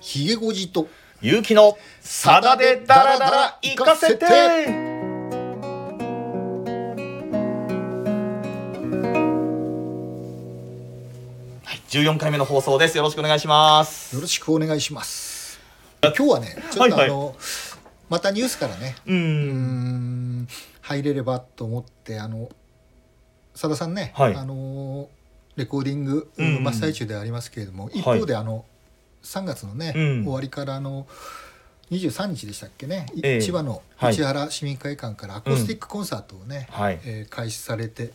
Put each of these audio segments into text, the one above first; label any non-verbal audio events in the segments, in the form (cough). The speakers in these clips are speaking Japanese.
ひげごじと勇気のさだでダラダラ行かせてはい、14回目の放送です。よろしくお願いします。よろしくお願いします今日はねちょっとはいはいあの、またニュースからねううーん。ん入れればと思ってあのさださんね、はいあのレコーディング、うん真っ最中でありますけれども一はい方であの、3月のね、うん終わりからあの23日でしたっけね、いええ千葉のはい市原市民会館からアコースティックコンサートをね、はい。えー開始されて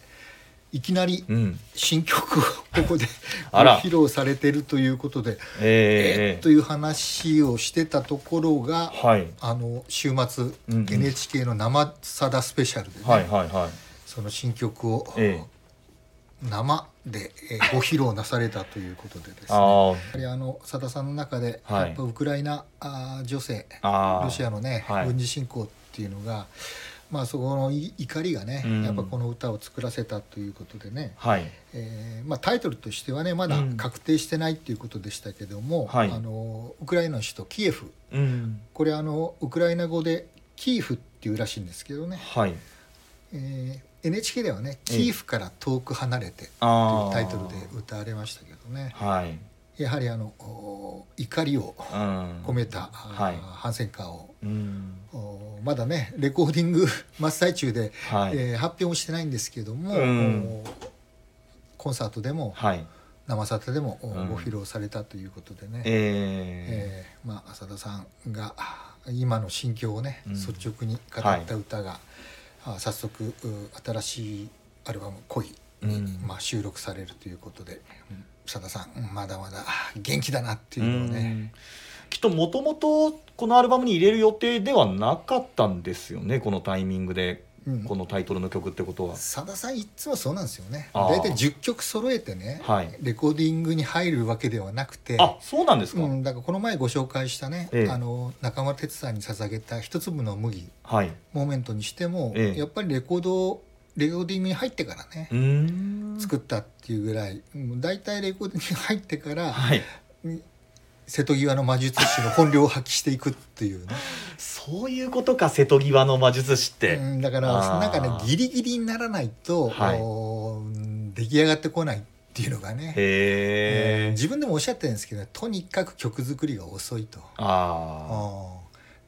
いきなりうん。新曲をここでご (laughs) あら披露されてるということでええーえという話をしてたところがはい。あの週末うんうん NHK の「生さだスペシャル」でね、はいはいはい。その新曲をええ生でえーご披露なされたということでですねやっあぱりあのさださんの中ではいやっぱウクライナあー女性あ。ああ。ロシアのね、はい軍事侵攻っていうのが、まあ、そこのい怒りがね、うんやっぱこの歌を作らせたということでね、はい。えーまあ、タイトルとしてはねまだうん確定してないっていうことでしたけども、はいあのウクライナの首都キエフうん。これあのウクライナ語でキーフっていうらしいんですけどね、はい。えー NHK ではね「キーフから遠く離れて」といあうあ。タイトルで歌われましたけどねはい。やはりあのお怒りをうん。込めた、あーはい反戦歌をうん。おまだねレコーディング (laughs) 真っ最中で、はい。えー発表もしてないんですけども、うおんコンサートでもはい。生さてでもおうんご披露されたということでね、ええーえまあ、浅田さんが今の心境をね、うん率直に語った歌が、あ早速う新しいアルバム「恋」に、うんまあ、収録されるということでうん浅田さんまだまだ元気だなっていうのをね、きっともともとこのアルバムに入れる予定ではなかったんですよねこのタイミングでうんこのタイトルの曲ってことは、さださんいっつもそうなんですよねあー大体10曲揃えてね、はいレコーディングに入るわけではなくてあそうなんですか、うん、だからこの前ご紹介したね、ええあの中村哲さんに捧げた「一粒の麦はい」モーメントにしても、ええやっぱりレコードをレコーディングに入ってからねう、ーん作ったっていうぐらいうん大体レコーディングに入ってから、はい瀬戸際の魔術師の本領を発揮していくっていうね、そういうことか瀬戸際の魔術師って、うんだからあなんーかねギリギリにならないと、はいおー出来上がってこないっていうのがね、うへんえ、自分でもおっしゃってるんですけどとにかく曲作りが遅いと。あうん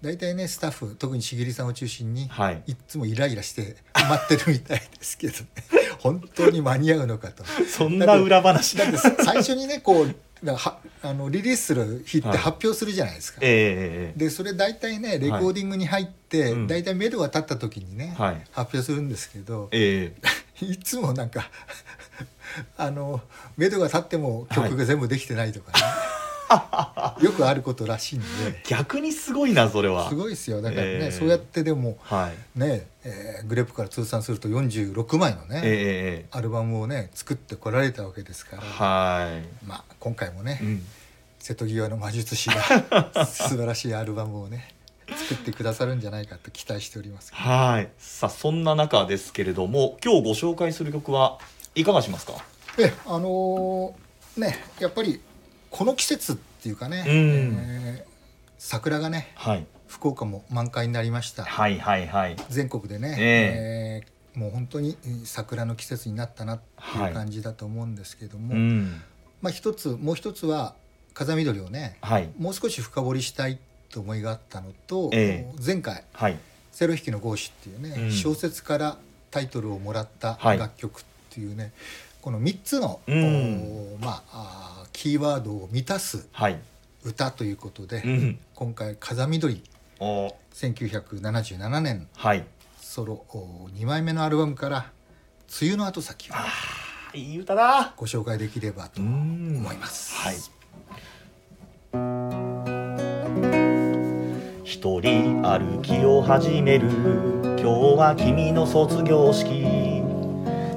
大体ねスタッフ特にしげりさんを中心にあはいいっつもイライラして待ってるみたいですけどね (laughs) 本当に間に合うのかと。そんな裏話だって最初にねこうはあのリリースする日ってはい発表するじゃないですか。えええでそれ大体ねレコーディングに入って、うん大体メドが立った時にね、えはい発表するんですけどええいつもなんか (laughs) あのメドが立っても曲が全部できてないとかね、よくあることらしいん (laughs) で。逆にすごいなそれはすごいですよだからね、えーそうやってでもはいね、えーグレープから通算すると46枚のね、ええええアルバムをね作ってこられたわけですから、はまあ、今回もね、い、うん、瀬戸際の魔術師 (laughs) が素晴らしいアルバムをね作ってくださるんじゃないかと期待しておりますはい。さあ、そんな中ですけれども、今日ご紹介する曲はいかがしますかえあのーねやっぱりこの季節っていうかね、うんえー桜がねはい。福岡も満開になりました、はいはいはい。全国でね、ええーもう本当にうん桜の季節になったなってはいいう感じだと思うんですけども、うん。まあ一つもう一つは風見鶏をねはい。もう少し深掘りしたいと思いがあったのと、え前回はい。 「セロ引きのゴーシュ」っていうね、うん小説からタイトルをもらったはい楽曲っていうね、この3つの、うんおーまああーキーワードを満たすはい。歌ということで、うん。今回「風見鶏お」 1977年はい。ソロ2枚目のアルバムから「梅雨の後先」をいい歌だ。ご紹介できればとん思います。はい。一人歩きを始める今日は君の卒業式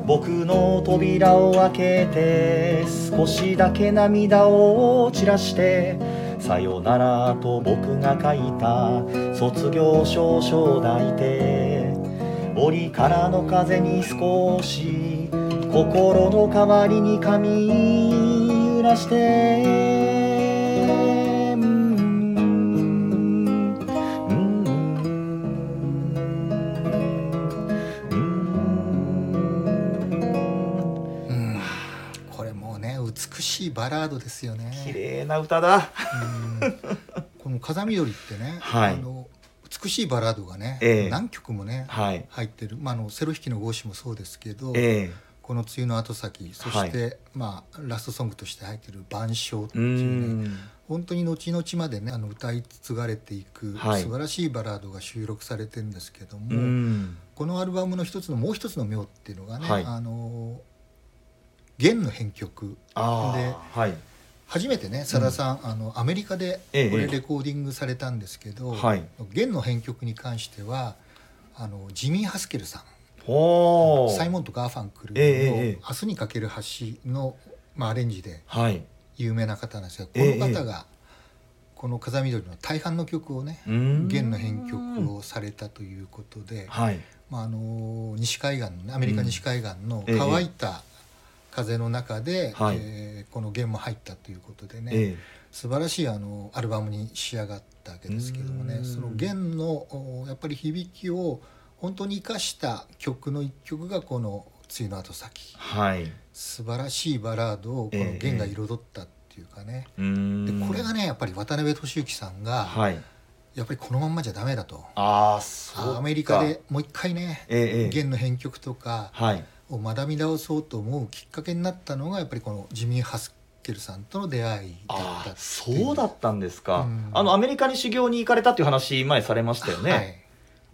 僕の扉を開けて少しだけ涙を散らしてさよならと僕が書いた卒業証書を抱いて折からの風に少し心の代わりに髪揺らしてうんバラードですよね綺麗な歌だうんこの「風見鶏」ってね、はいあの美しいバラードがね、ええ何曲もね、はい入ってる、まあ、あのセロ弾きの合詞もそうですけど、えこの「梅雨の後先」そして、まあ、ラストソングとして入ってる「晩鐘」ってえういうねん本当に後々までねあの歌い継がれていくはい素晴らしいバラードが収録されてるんですけども、うんこのアルバムの一つのもう一つの妙っていうのがね、はいあの弦の編曲ああはい初めてねさださん、あのアメリカでこえええれえレコーディングされたんですけど、はい弦の編曲に関してはあのジミー・ハスケルさんおおサイモンとガーファンクルのええええ「明日にかける橋の」まあ、アレンジではい有名な方なんですがこええの方がこの「風見鶏」の大半の曲をねうん弦の編曲をされたということで、はいまあ、あの西海岸のねアメリカ西海岸のええ乾いた風の中で、はいえーこの弦も入ったということでね、え素晴らしいあのアルバムに仕上がったわけですけどもうねんその弦のおやっぱり響きを本当に生かした曲の一曲がこの「梅雨の後先え」はい素晴らしいバラードをこの弦が彩ったっていうかね、うんでこれがねやっぱり渡辺俊之さんが、はいやっぱりこのまんまじゃダメだとああそうかアメリカでもう一回ねええええ弦の編曲とかはいを学び直そうと思うきっかけになったのがやっぱりこのジミー・ハスケルさんとの出会いだったあっていあそうだったんですか、うんあのアメリカに修行に行かれたっていう話前されましたよね、はい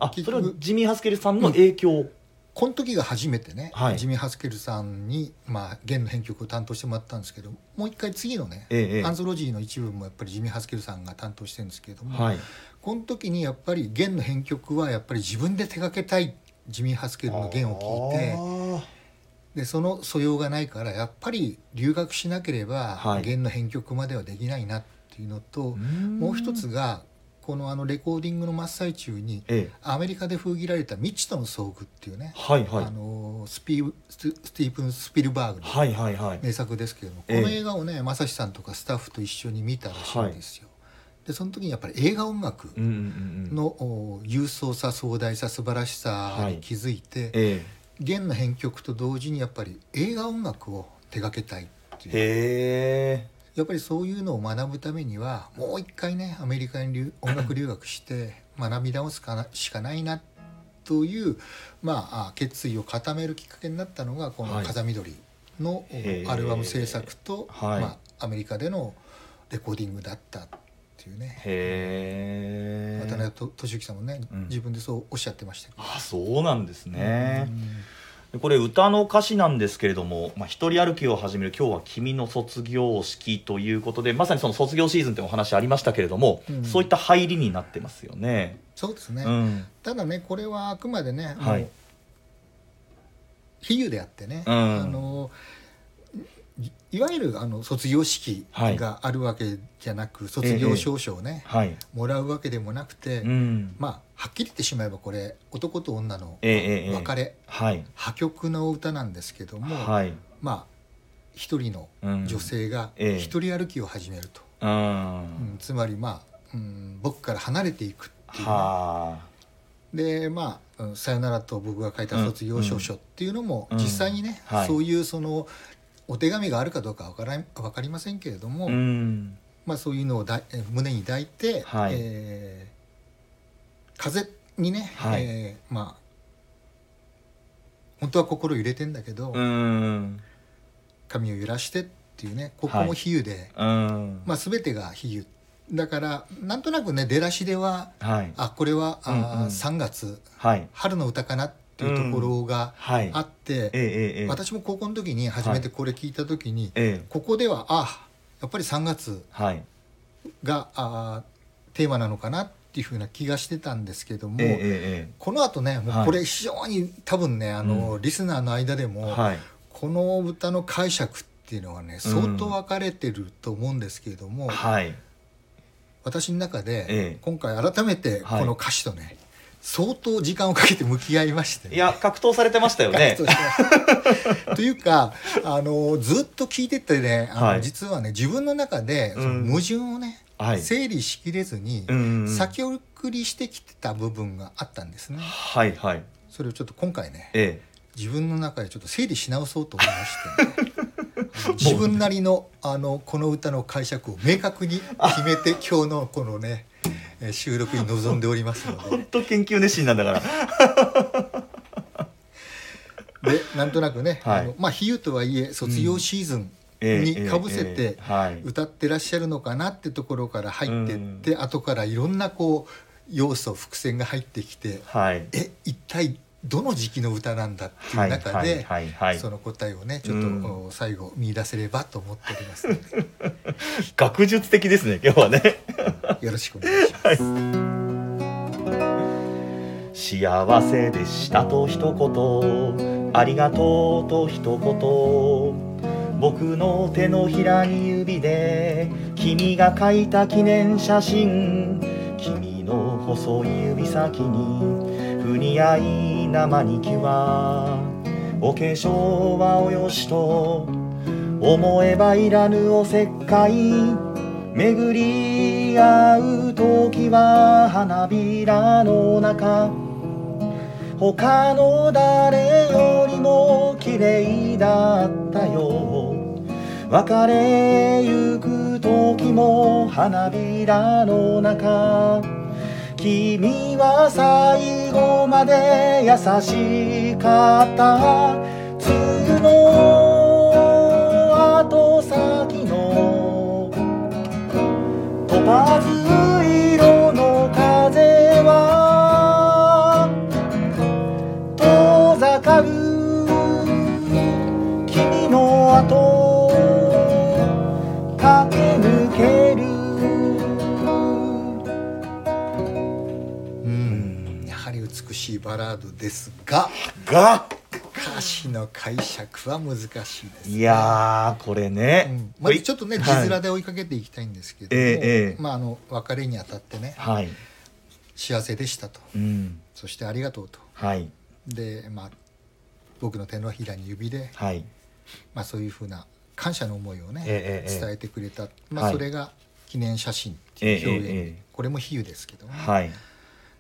あ結それは局ジミー・ハスケルさんの影響、この時が初めてね、はいジミー・ハスケルさんに、まあ、弦の編曲を担当してもらったんですけどもう一回次のね、ええええアンソロジーの一部もやっぱりジミー・ハスケルさんが担当してるんですけども、はいこの時にやっぱり弦の編曲はやっぱり自分で手掛けたいジミー・ハスケルの弦を聞いてでその素養がないからやっぱり留学しなければ、はい弦の編曲まではできないなっていうのと、ももう一つがこのあのレコーディングの真っ最中にええアメリカで封切られた未知との遭遇っていうね、はいはいあのスピススティーブン・スピルバーグのはいはいはい名作ですけれども、ええこの映画をね正志さんとかスタッフと一緒に見たらしいんですよ。でその時にやっぱり映画音楽うんうんうんうんの、お勇壮さ壮大さ素晴らしさに気づいて、え弦の編曲と同時にやっぱり映画音楽を手掛けたいってえいうへやっぱりそういうのを学ぶためにはもう一回ねアメリカに留音楽留学して (laughs) 学び直すかなしかないなという、まああ、決意を固めるきっかけになったのがこはの「い風見鶏」のへーアルバム制作と、はいまあ、アメリカでのレコーディングだったっていうえねへえ渡辺と俊之さんもね、うん自分でそうおっしゃってましたけどあそうなんですねう、んでこれ歌の歌詞なんですけれども「まあ、一人歩きを始める今日は君の卒業式」ということでまさにその卒業シーズンってお話ありましたけれども、うんそういった入りになってますよね。そうですね、うん、ただねこれはあくまでね、はも、いう比喩であってね、うんあのいいわゆるあの卒業式があるわけじゃなく、卒業証書をね、はいもらうわけでもなくて、うんまあはっきり言ってしまえばこれ男と女のええええええ別れ、はい破局の歌なんですけども、はいまあ一人のうん女性がええ一人歩きを始めると、うんうんつまりまあ、うん、僕から離れていくっていうね、はあでまあうん「さよなら」と僕が書いた卒業証書っていうのもうん実際にね、うんはいそういうそのお手紙があるかどうかわからんわかりませんけれども、うんまあ、そういうのをだいえ胸に抱いて、はいえー風にね、はいえーまあ本当は心揺れてんだけど、うん髪を揺らしてっていうねここも比喩で、うんまあ、全てが比喩だからなんとなくね出だしでははいあこれは、あーうんうん3月はい春の歌かなっていうところがはいあって、ええええ私も高校の時に初めてこれ聞いた時に、ええここではあやっぱり3月はいがあテーマなのかなっていうふうな気がしてたんですけども、えええええこのあとねもはういこれ非常に多分ねあの、うリスナーの間でえも、はいこの歌の解釈っていうのはね相当分かれてると思うんですけれども、はい私の中で、ええ今回改めてはいこの歌詞とね、相当時間をかけて向き合いましてねいや格闘されてましたよねそうそう (laughs) というかあのずっと聞いててねあの、はい実はね自分の中でうんその矛盾をね、はい整理しきれずに、うん先送りしてきてた部分があったんですねはいはいそれをちょっと今回ねえ (laughs) 自分の中でちょっと整理し直そうと思いまして、ね、自分なりのあのこの歌の解釈を明確に決め (laughs) て今日のこのねえー収録に臨んでおりますので本当研究熱心なんだからでなんとなくね、はいあのまあ比喩とはいえ卒業シーズンええにかぶせえてえはい歌ってらっしゃるのかなってところから入ってって、後からいろんなこう要素伏線が入ってきてはいえ一体どの時期の歌なんだっていはうい中で、はいはいそはい、の答えをねちょっと、うんお最後見出せればと思っておりますので学術的ですね今日はねよろしくお願いします。幸せでしたと一言ありがとうと一言僕の手のひらに指で君が書いた記念写真君の細い指先に不似合いなマニキュアお化粧はおよしと思えばいらぬおせっかい巡り合う時は花びらの中他の誰よりも綺麗だったよ別れゆく時も花びらの中君は最後まで優しかった梅雨の後先のトパズ色の風は遠ざかる君の後を駆け抜けるうんやはり美しいバラードですがが歌詞の解釈は難しいです、いやーこれね、うんまずちょっとね字はい面で追いかけていきたいんですけども、ええええまあ、あの別れにあたってねはい幸せでしたとうんそしてありがとうとはいで、まあ、僕の手のひらに指で、はいまあ、そういうふうな感謝の思いをね、ええええ伝えてくれた、まあ、はいそれが記念写真っていう表現、ええええこれも比喩ですけどね、はい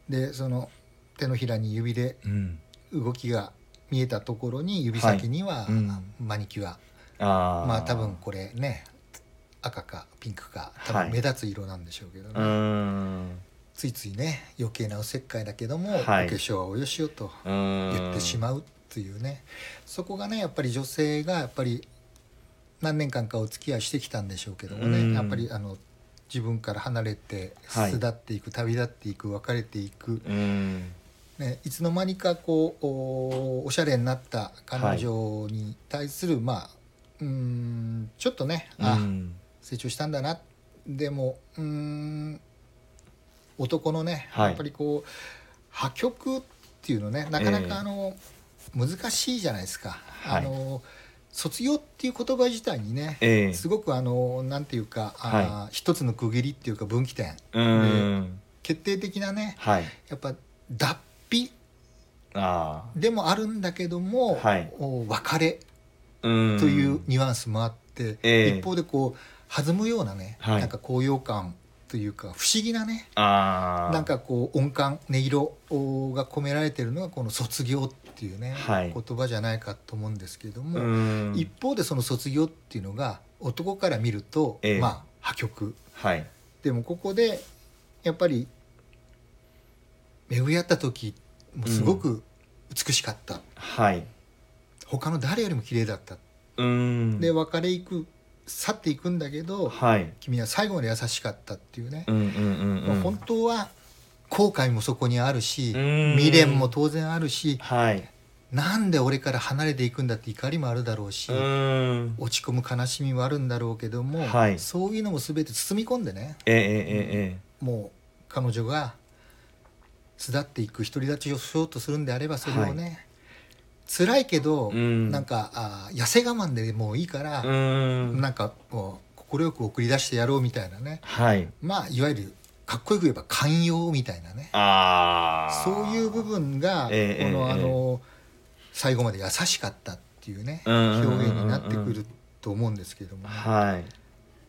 でその手のひらに指でうん動きが見えたところに指先には、はいうんマニキュアあーまあ多分これね赤かピンクか多はい分目立つ色なんでしょうけどね、うーんついついね余計なおせっかいだけども、はいお化粧はおよしよとうーん言ってしまうというね、そこがねやっぱり女性がやっぱり何年間かお付き合いしてきたんでしょうけどもね、うんやっぱりあの自分から離れてはい巣立っていく、旅立っていく別れていく、うーんね、いつの間にかこうおおしゃれになった彼女に対する、まあうーんちょっとねあ、うん成長したんだなでもうーん男のね、はいやっぱりこう破局っていうのねなかなええかあの、難しいじゃないですか。はいあの卒業っていう言葉自体にね、ええすごくあのなんていうか、あー一つの区切りっていうか分岐点うーん決定的なねはいやっぱ脱皮ああでもあるんだけども、はいお別れとというニュアンスもあって、ええ一方でこう弾むようなね、はいなんか高揚感というか不思議なねああなんかこう音感音色が込められてるのがこの「卒業」っていうね、はい言葉じゃないかと思うんですけどうも、ーん一方でその「卒業」っていうのが男から見ると、ええまあ破局はいでもここでやっぱり巡り合った時もすごく美しかった、はい他の誰よりも綺麗だったうーんで別れ行く去っていくんだけどはい君は最後まで優しかったっていうね、うんうんうんうまあん本当は後悔もそこにあるしうん未練も当然あるしはいなんで俺から離れていくんだって怒りもあるだろうしうーん落ち込む悲しみもあるんだろうけども、はいそういうのも全て包み込んでねえええええもう彼女が巣立っていく独り立ちをしようとするんであればそれをね、辛いけど、えうんなんかあー痩せ我慢でもういいからう、ーんなんかもう快く送り出してやろうみたいなねはいまあいわゆるかっこよく言えば寛容みたいなねああそういう部分がこえええのえあの最後まで優しかったっていうねうんうんうん表うん現になってくると思うんですけれどもねはい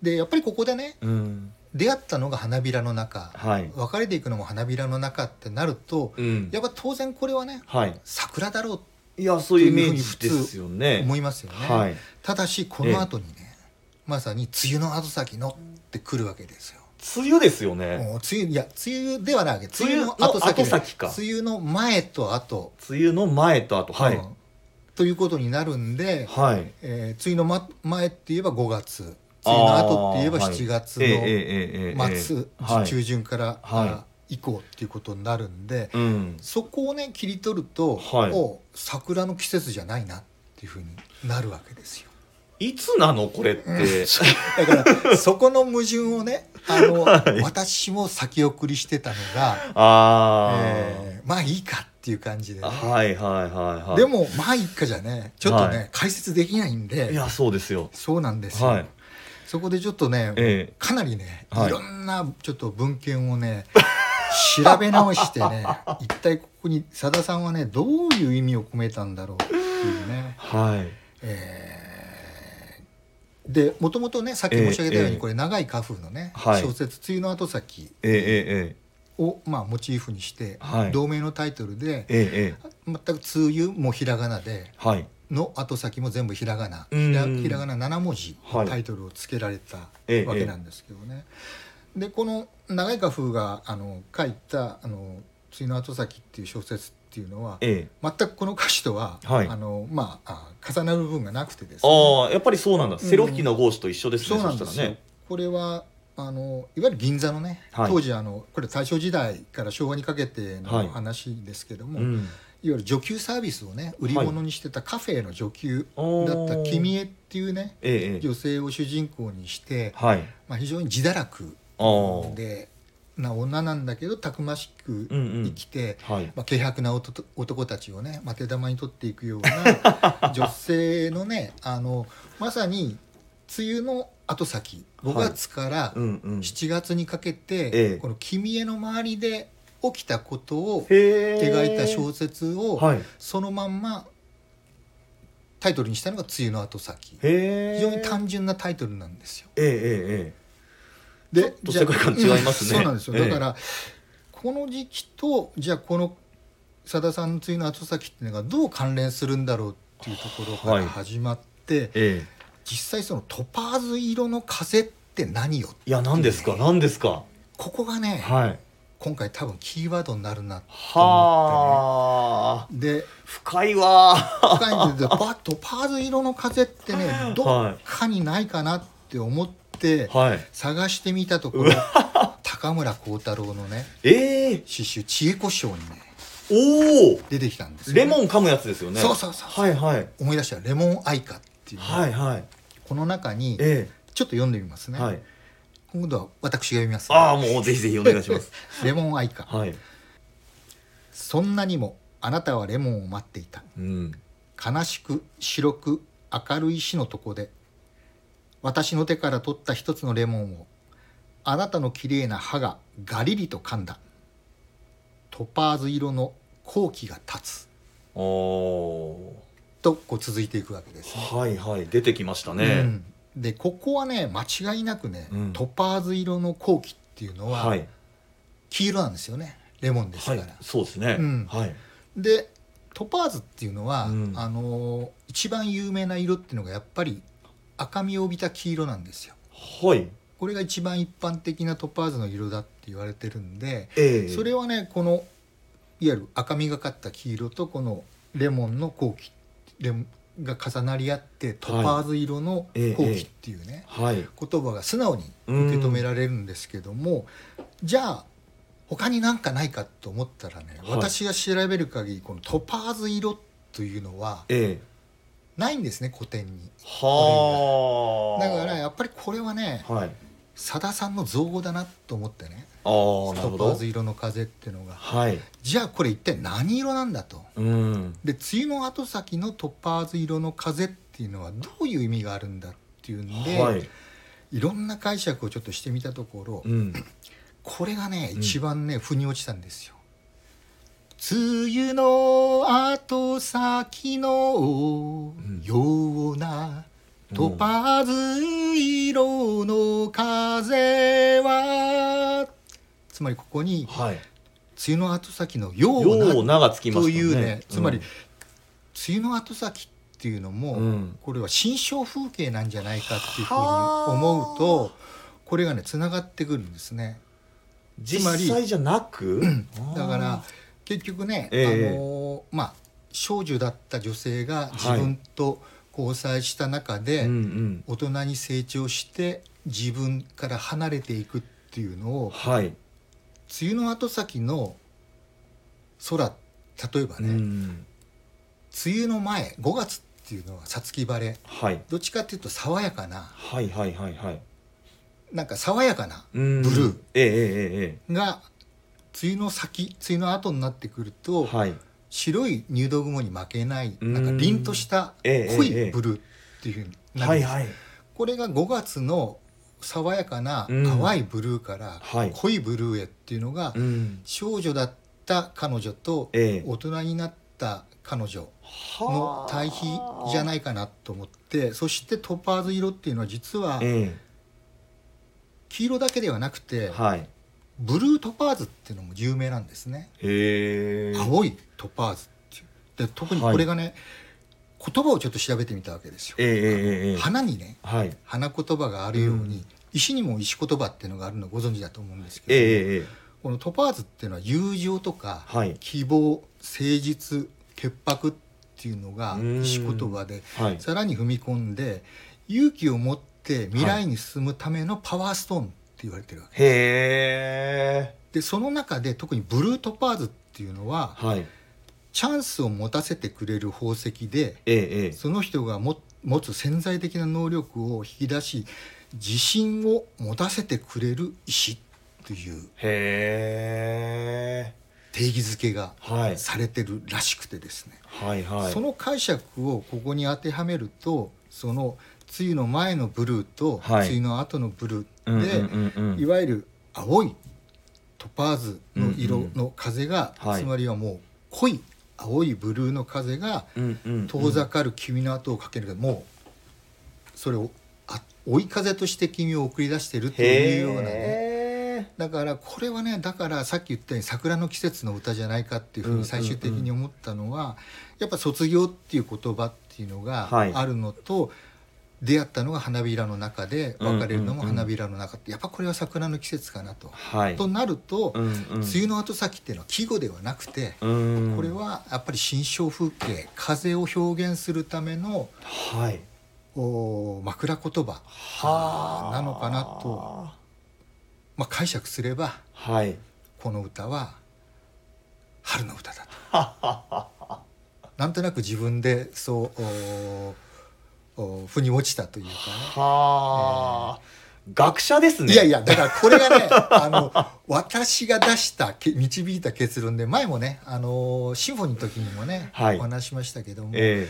でやっぱりここでねうん出会ったのが花びらの中はい別れていくのも花びらの中ってなるとうんやっぱ当然これはねはい桜だろうっいやそういうイメージですよね思いますよね、はいただしこの後にね、まさに梅雨の後先のってくるわけですよ梅雨ですよねもう梅雨いや梅雨ではないわけ梅雨ので後先か梅雨の前と後、梅雨の前と後はい、うんということになるんで、はいえー梅雨の、ま、前って言えば5月梅雨の後って言えばあー7月えええのえええええ末、はい中旬から、はいあ以降っていうことになるんで、うんそこをね切り取ると、はいもう桜の季節じゃないなっていうふうになるわけですよいつなのこれって、だからそこの矛盾をねあの、はい私も先送りしてたのが、ああ、えーまあいいかっていう感じでね、はいはいはいはいでもまあいいかじゃねちょっとね、はい解説できないんいでやそうですよそうなんですよ、はいそこでちょっとね、えかなりね、はいい、ろんなちょっと文献をね調べ直して (laughs) ね一体ここにさださんはねどういう意味を込めたんだろうっていうねえ。はいえーでもともとねさっき申し上げたように、ええこれ長い花風のね、はい小説「梅雨の後先ええを」まあ、モチーフにして、はい同名のタイトルでええええええ全く「梅雨」もひらがなではい「の後先」も全部ひらがなうひらんひらがな7文字はいタイトルをつけられたわええけなんですけどね。でこの長い花風があの書いた「あの梅雨の後先」っていう小説っていうのはええ全くこの歌詞とは、はいあのまああ重なる部分がなくてですねああやっぱりそうなんだ、うんセロッキの号子と一緒ですそうねなんしたでらすよ、ねこれはあのいわゆる銀座のね、はい当時あのこれ大正時代から昭和にかけてはいの話ですけども、うい、わんゆる女給サービスをね売り物にしてたカフェの女給おだーった君江っていうねええええ女性を主人公にして、はいまあ、非常に自堕落ああでな女なんだけどたくましくうんうん生きて、はいまあ、軽薄な男男たちをね、まあ、手玉に取っていくよう (laughs) な女性のねあのまさに梅雨の後先はい5月からうんうん7月にかけて、ええこの君への周りで起きたことをへえ描いた小説を、はいそのまんまタイトルにしたのが「梅雨の後先」へえ非常に単純なタイトルなんですよ。えええええでちょっとじゃあ世界観違いますうねんそうなんですよ、ええだからこの時期とじゃあこのさださんの梅雨の後先っていうのがどう関連するんだろうっていうところかはいら始まって、えええ実際そのトパーズ色の風って何よいや何ですか何ですかここがね、はい今回多分キーワードになるなと思はあってねで深いわー深い (laughs) んですけどパトパーズ色の風ってねどっかにないかなって思ってはい探してみたところ高村光太郎のねええ詩集「知恵子章」にねおお出てきたんですよね、レモン噛むやつですよねそうそうそうはいはい思い出したレモンアイカっていうね、はいはいこの中にちょっえと読んでみますえね、はい今度は私が読みます、ああもうぜひぜひお願いします (laughs) レモンアイカはいそんなにもあなたはレモンを待っていたうん悲しく白く明るい死のとこで私の手から取った一つのレモンをあなたの綺麗な歯がガリリと噛んだトパーズ色の好機が立つおおとこう続いていくわけですねーはいはい出てきましたうね、んでここはね間違いなくね、うんトパーズ色の後期っていうのははい黄色なんですよねレモンですかはら、いそうですね、うんはいでトパーズっていうのは、うんあのー一番有名な色っていうのがやっぱり赤みを帯びた黄色なんですよはいこれが一番一般的なトパーズの色だって言われてるんで、ええそれはねこのいわゆる赤みがかった黄色とこのレモンの後期レモンが重なり合ってトパーズ色の後期っていうね、はい言葉が素直に受け止められるんですけども、じゃあ他になんかないかと思ったらね、はい私が調べる限りこのトパーズ色というのはええないんですね古典にはあだからやっぱりこれはねはいさださんの造語だなと思ってねああトなるほパーどズ色の風っていうのがはいじゃあこれ一体何色なんだとうんで梅雨の後先のトパーズ色の風っていうのはどういう意味があるんだっていうんで、、はいいろんな解釈をちょっとしてみたところ、うんこれがねうん一番ね、腑に落ちたんですよ梅雨の後先のんようなトパーズ色の風は、つまりここにはい梅雨の後先のようようなながつきまとしたねいうねつまり、うん梅雨の後先っていうのも、うんこれは新象風景なんじゃないかっていうふうにはあ思うとこれがねつながってくるんですね。つまり実際じゃなくだから結局ね、ええあのまあ少女だった女性が自分と交際した中で、うんうん大人に成長して自分から離れていくっていうのをはい梅雨の後先の空例えばうね、ん梅雨の前5月っていうのは五月晴れはいどっちかっていうと爽やかなはいはいはいはいなんか爽やかなブルブルーえええええが梅雨の先梅雨の後になってくると、えはい白い入道雲に負けないうんなんか凛としたええ濃ええいブルーっていうふうになるはいはいこれが5月の爽やかなうん淡いブルーからはい濃いブルーへっていうのがうん少女だった彼女とええ大人になった彼女はのあ対比じゃないかなと思ってそしてトパーズ色っていうのは実はえ黄色だけではなくえてはいブルートパーズっていうのも有名なんですね。へえ青いトパーズっていうで特にこれがね、言葉をちょっと調べてみたわけですよ。ええええええ花にねはいえ花言葉があるように、うん石にも石言葉っていうのがあるのご存知だと思うんですけえど、ええこのトパーズっていうのは友情とか、はい希望誠実潔白っていうのがうん石言葉ではいさらに踏み込んで勇気を持って未来に進むためのパワーストーンって言われてるわけへえでその中で特にブルートパーズっていうのははいチャンスを持たせてくれる宝石でえええその人がも持つ潜在的な能力を引き出し自信を持たせてくれる石というえへえ定義づけがはいされてるらしくてですね、はいはいその解釈をここに当てはめるとその梅雨の前のブルーとはい梅雨の後のブルうんうんーうんうんでいわゆる青いトパーズのうん色うんの風がはいつまりはもう濃い青いブルーの風がうんうん遠ざかる君の後を駆けるけどもうそれをあ追い風として君を送り出してるとへいうようなねえだからこれはねだからさっき言ったように桜の季節の歌じゃないかっていうふううんに最終的に思ったのは、やっぱ卒業っていう言葉っていうのがはいあるのと、出会ったのが花びらの中で別れるのもうんうんうん花びらの中って、やっぱこれは桜の季節かなと。はいとなると、うんうん梅雨の後先っていうのは季語ではなくて、うんこれはやっぱり心象風景風を表現するためのはいお枕言葉、はなのかなとまあ、解釈すればはいこの歌は春の歌だと (laughs) なんとなく自分でそうおお腑に落ちたというかはあ、学者ですねねいやいやだからこれが (laughs) ねあの私が出したけ導いた結論で前もねあのシンフォニーの時にもね、はいお話ししましたけども、え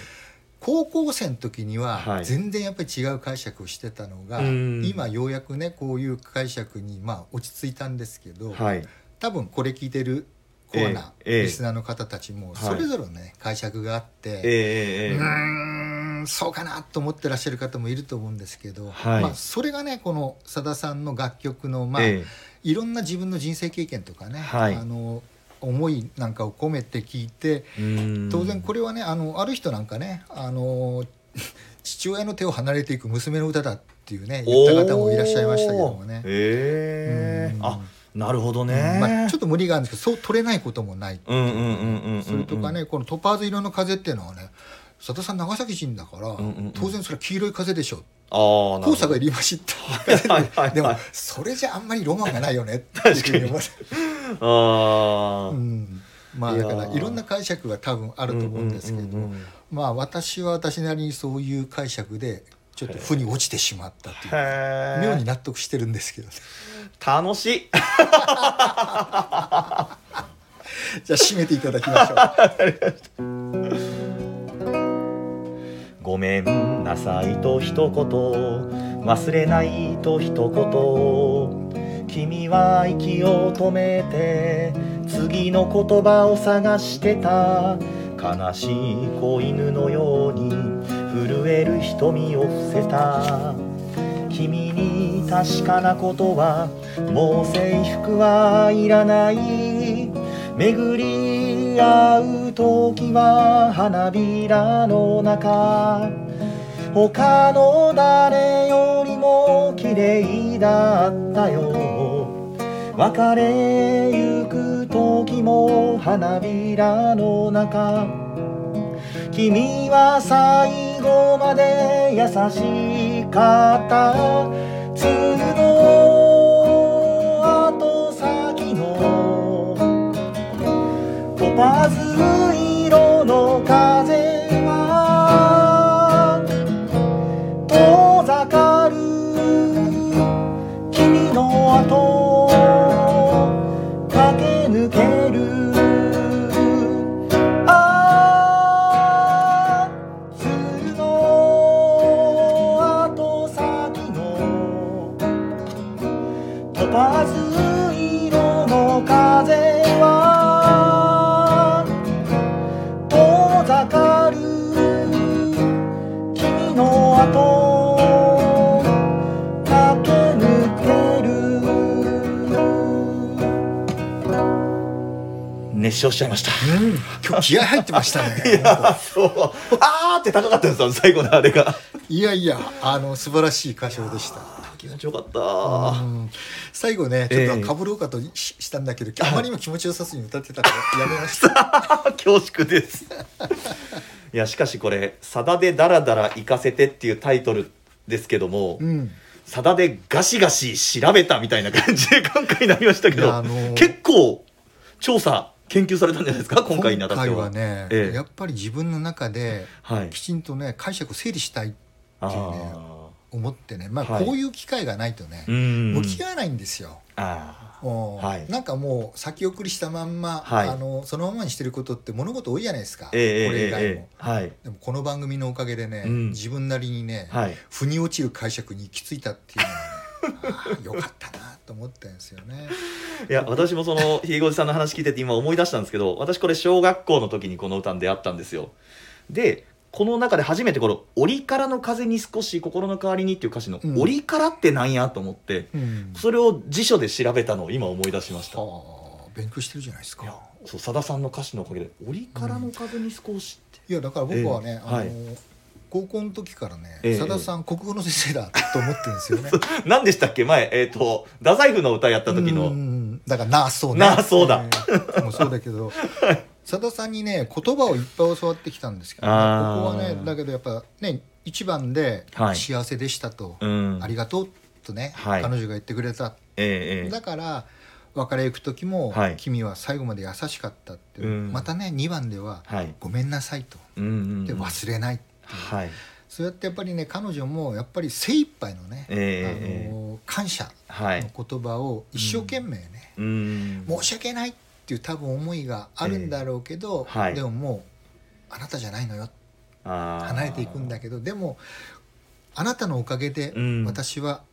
高校生の時にははい全然やっぱり違う解釈をしてたのが、うん今ようやくねこういう解釈にまあ落ち着いたんですけど、えはい多分これ聞いてるコアなええええリスナーの方たちはもいそれぞれのね、解釈があっええて、えええうえーんそうかなと思ってらっしゃる方もいると思うんですけど、はいまあ、それがねこのさださんの楽曲のまあ、えいろんな自分の人生経験とかね、はいあの思いなんかを込めて聞いてえうん当然これはねあのある人なんかねあの (laughs) 父親の手を離れていく娘の歌だっていうね言った方もいらっしゃいましたけどもねおー、ええうんあなるほどね、まあ、ちょっとと無理があるんですけどそう取れないこともないうんうんうんうんうんうんそれとかねこのトパーズ色の風っていうのはね佐田さん長崎人だから、んうんうん当然それは黄色い風でしょああ黄砂がい入りましってはいはいはいでもそれじゃあんまりロマンがないよねっていうふうに思うああ、うんまあいやだーからいろんな解釈が多分ああると思うんですけど、まあ私は私なりにそういう解釈でちょっと負に落ちてしまったというへえ妙に納得してるんですけどね楽しいじゃあ締めていただきましょ (laughs) うごめんなさいと一言忘れないと一言君は息を止めて次の言葉を探してた悲しい子犬のように震える瞳を伏せた君に確かなことはもう制服はいらない巡り出会う時は花びらの中他の誰よりも綺麗だったよ別れゆく時も花びらの中君は最後まで優しかった都度後先のトパズ色の風は遠ざかる君の後を駆け抜けるああ鶴の後先のトパズ色の風は遠ざかる君の後を駆け抜ける熱唱しちゃいましたうん、今日気合入ってましたねそうあーって高かったんですよ最後のあれがいやいやあの素晴らしい歌唱でした気持ちよかったうん最後ねちょっとかぶろうかとししたんだけど、あまりにも気持ちよさそうに歌ってたからやめました恐縮ですいやしかしこれ「さだでダラダラ行かせて」っていうタイトルですけどもうんさだ、でガシガシ調べたみたいな感じで今回になりましたけいど、やあのー結構調査研究されたんじゃないですか今回にあたっては今回はね、ええやっぱり自分の中ではいきちんとね解釈を整理したいあっていうねー思ってねまあはいこういう機会がないとね、うん向き合わないんですよ。あおーはいなんかもう先送りしたまんま、はいあのそのままにしてることって物事多いじゃないですか、ーええこれ以え外も、えええはいでもこの番組のおかげでね、うん自分なりにね、はい腑に落ちる解釈に行き着いたっていうのはねあーよかったなと思ったんですよね。いや私もその (laughs) ひげおじさんの話聞いてて今思い出したんですけど私これ小学校の時にこの歌に出会ったんですよでこの中で初めてこの「折からの風に少し心の代わりに」っていう歌詞のう「ん折から」ってなんやと思ってうんそれを辞書で調べたのを今思い出しましたいはあ勉強してるじゃないですか。やそうさださんの歌詞のおかげで「折からの風に少し」って、いやだから僕はね、ええあの高校の時からね、ええさださん国語の先生だと思ってるんですよ (laughs) ね。何でしたっけ前えっ、と太宰府の歌やった時うんうのんうんだからなあそうねなあそうだ、えーもうそうだけどさださんにね言葉をいっぱい教わってきたんですけど、ね、ここあーはねだけどやっぱね一番では「い幸せでした」とう「んありがとう」とね、はい彼女が言ってくれた、ええええだから別れ行く時も、はい君は最後まで優しかった」って、うんまたね2番でははい「ごめんなさい」とうんうん「で忘れない」はいそうやってやっぱりね彼女もやっぱり精一杯のね、ええあの感謝はいの言葉を一生懸命ね、うん申し訳ないっていう多分思いがあるんだろうけど、ええはいでももうあなたじゃないのよ離離れていくんだけどでもあなたのおかげでうん私は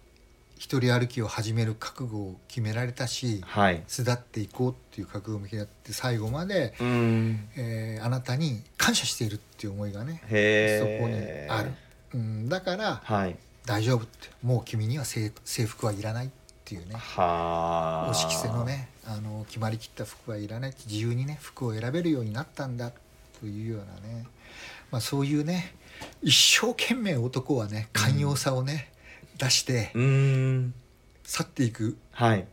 一人歩きを始める覚悟を決められたし、はい巣立っていこうっていう覚悟を向き合って最後まで、うんえーあなたに感謝しているっていう思いがね、へえそこにある、うん、だからはい大丈夫ってもう君には制制服はいらないっていうねはあお色せのねあの決まりきった服はいらない自由にね服を選べるようになったんだというようなね、まあ、そういうね一生懸命男はね寛容さをね、出してうん去っていくはい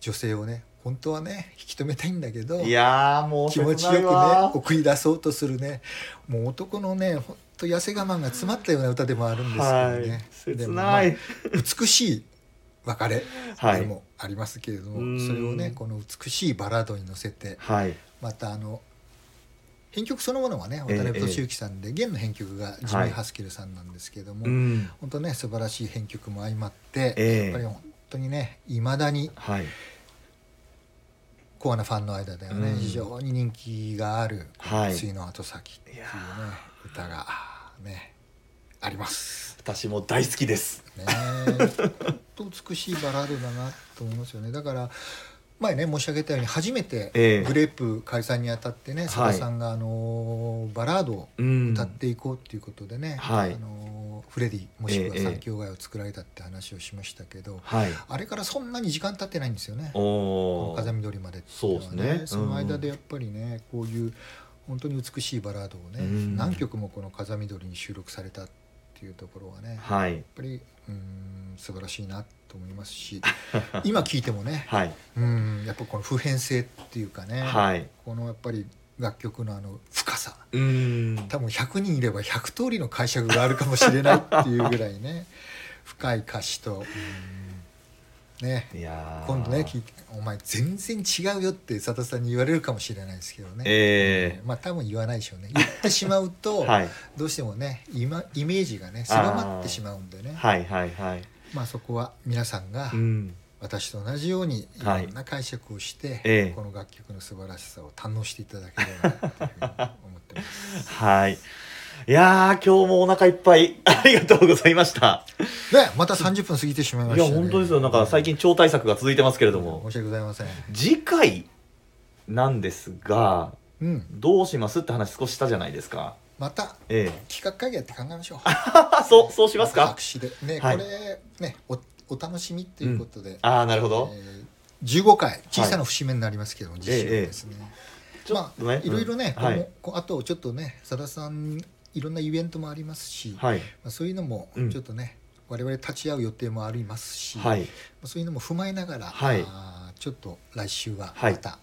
女性をね本当はね引き止めたいんだけどいやーもう気持ちよく切ねないわ送り出そうとするねもう男のねほんと痩せ我慢が詰まったような歌でもあるんですけどね、はい切でもまあない美しい別れはでいもありますけれども、うんそれをねこの美しいバラードに乗せてはいまたあの編曲そのものはね渡ええ辺俊之さんで、現の編曲がジミー・ハスキルさんなんですけれども、うん本当ね素晴らしい編曲も相まって、ええやっぱり本当にねいまだにはいコアなファンの間ではね、うん非常に人気がある「はい水の後先」っていういねや歌がねあります。私も大好きですねえ本当美しいバラードだなと思いますよねだから前ね申し上げたように初めてええグレープ解散にあたってね、佐田さんが、あのーバラードをうん歌っていこうっていうことでね、はいあのーフレディもしくはええ三兄弟を作られたって話をしましたけど、はいあれからそんなに時間経ってないんですよねこおのお風緑までっていうのはそうですねうんその間でやっぱりねこういう本当に美しいバラードをね、うん何曲もこの風緑に収録されたっていうところはね、やっはいぱりうん素晴らしいなと思います (laughs) し今聴いてもねはいうんやっぱこの普遍性っていうかね、はいこのやっぱり楽曲のあの深さうーん多分100人いれば100通りの解釈があるかもしれないっていうぐらいね深い歌詞と、うんねいやー今度ね聞いて「お前全然違うよ」って佐田さんに言われるかもしれないですけどね、えまあ多分言わないでしょうね言ってしまうえと、 (laughs) はいどうしてもね今イメージがね狭まってしまうんでねはいはいはいまあそこは皆さんがうん私と同じようにいろはいんな解釈をして、ええこの楽曲の素晴らしさを堪能していただければなというふうに思ってます。はいいやー今日もお腹いっぱい (laughs) ありがとうございましたね、また30分過ぎてしまいまいした、やね、本当ですよなんか最近超対策が続いてますけれども申し訳ございません次回なんですがうんどうしますって話少ししたじゃないですかまたええ (laughs) 企画会議やって考えましょうあそうそうしますか白紙でね、はいこれねおお楽しみっていうことで、ああなるほど、えー15回小さな節目になりますけども、実施はですね、ちょまっとあ、ねいろいろね、うんはいこのこあとちょっとねさださんいろんなイベントもありますし、はいまあ、そういうのもうんちょっとね、我々立ち会う予定もありますし、はまいあそういうのも踏まえながら、はいあーちょっと来週ははまいた、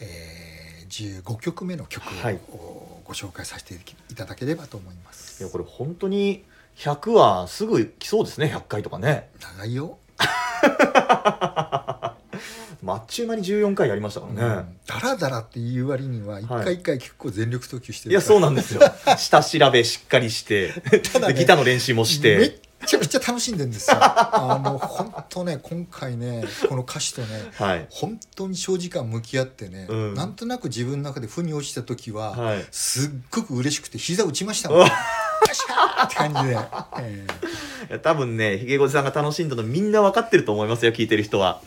えー15曲目の曲はいをご紹介させていただければと思います。いやこれ本当に100はすぐ来そうですね100回とかね長いよまあっちゅう間に14回やりましたからね、ダラダラっていう割には一回一回結構全力投球していや、るそうななんですよ。 (laughs) 下調べしっかりして、ただねでギターの練習もしめてっ、ちゃくちゃ楽しんでん (laughs) ですよあの本当ね今回ねこの歌詞とねはい。本当に長時間向き合ってね、うんなんとなく自分の中で負に落ちた時は、はいすっごく嬉しくて膝打ちました (laughs) もんよっしゃーって感じで、えいや多分ね、ひげごじさんが楽しんだのみんなわかってると思いますよ、聞いてる人は。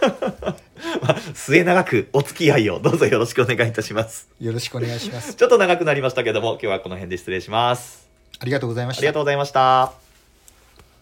(laughs) まあ末長くお付き合いをどうぞよろしくお願いいたします。ーよろしくお願いしますちょっと長くなりましたけども、今日はこの辺で失礼します。ありがとうございましあたりがとうございました。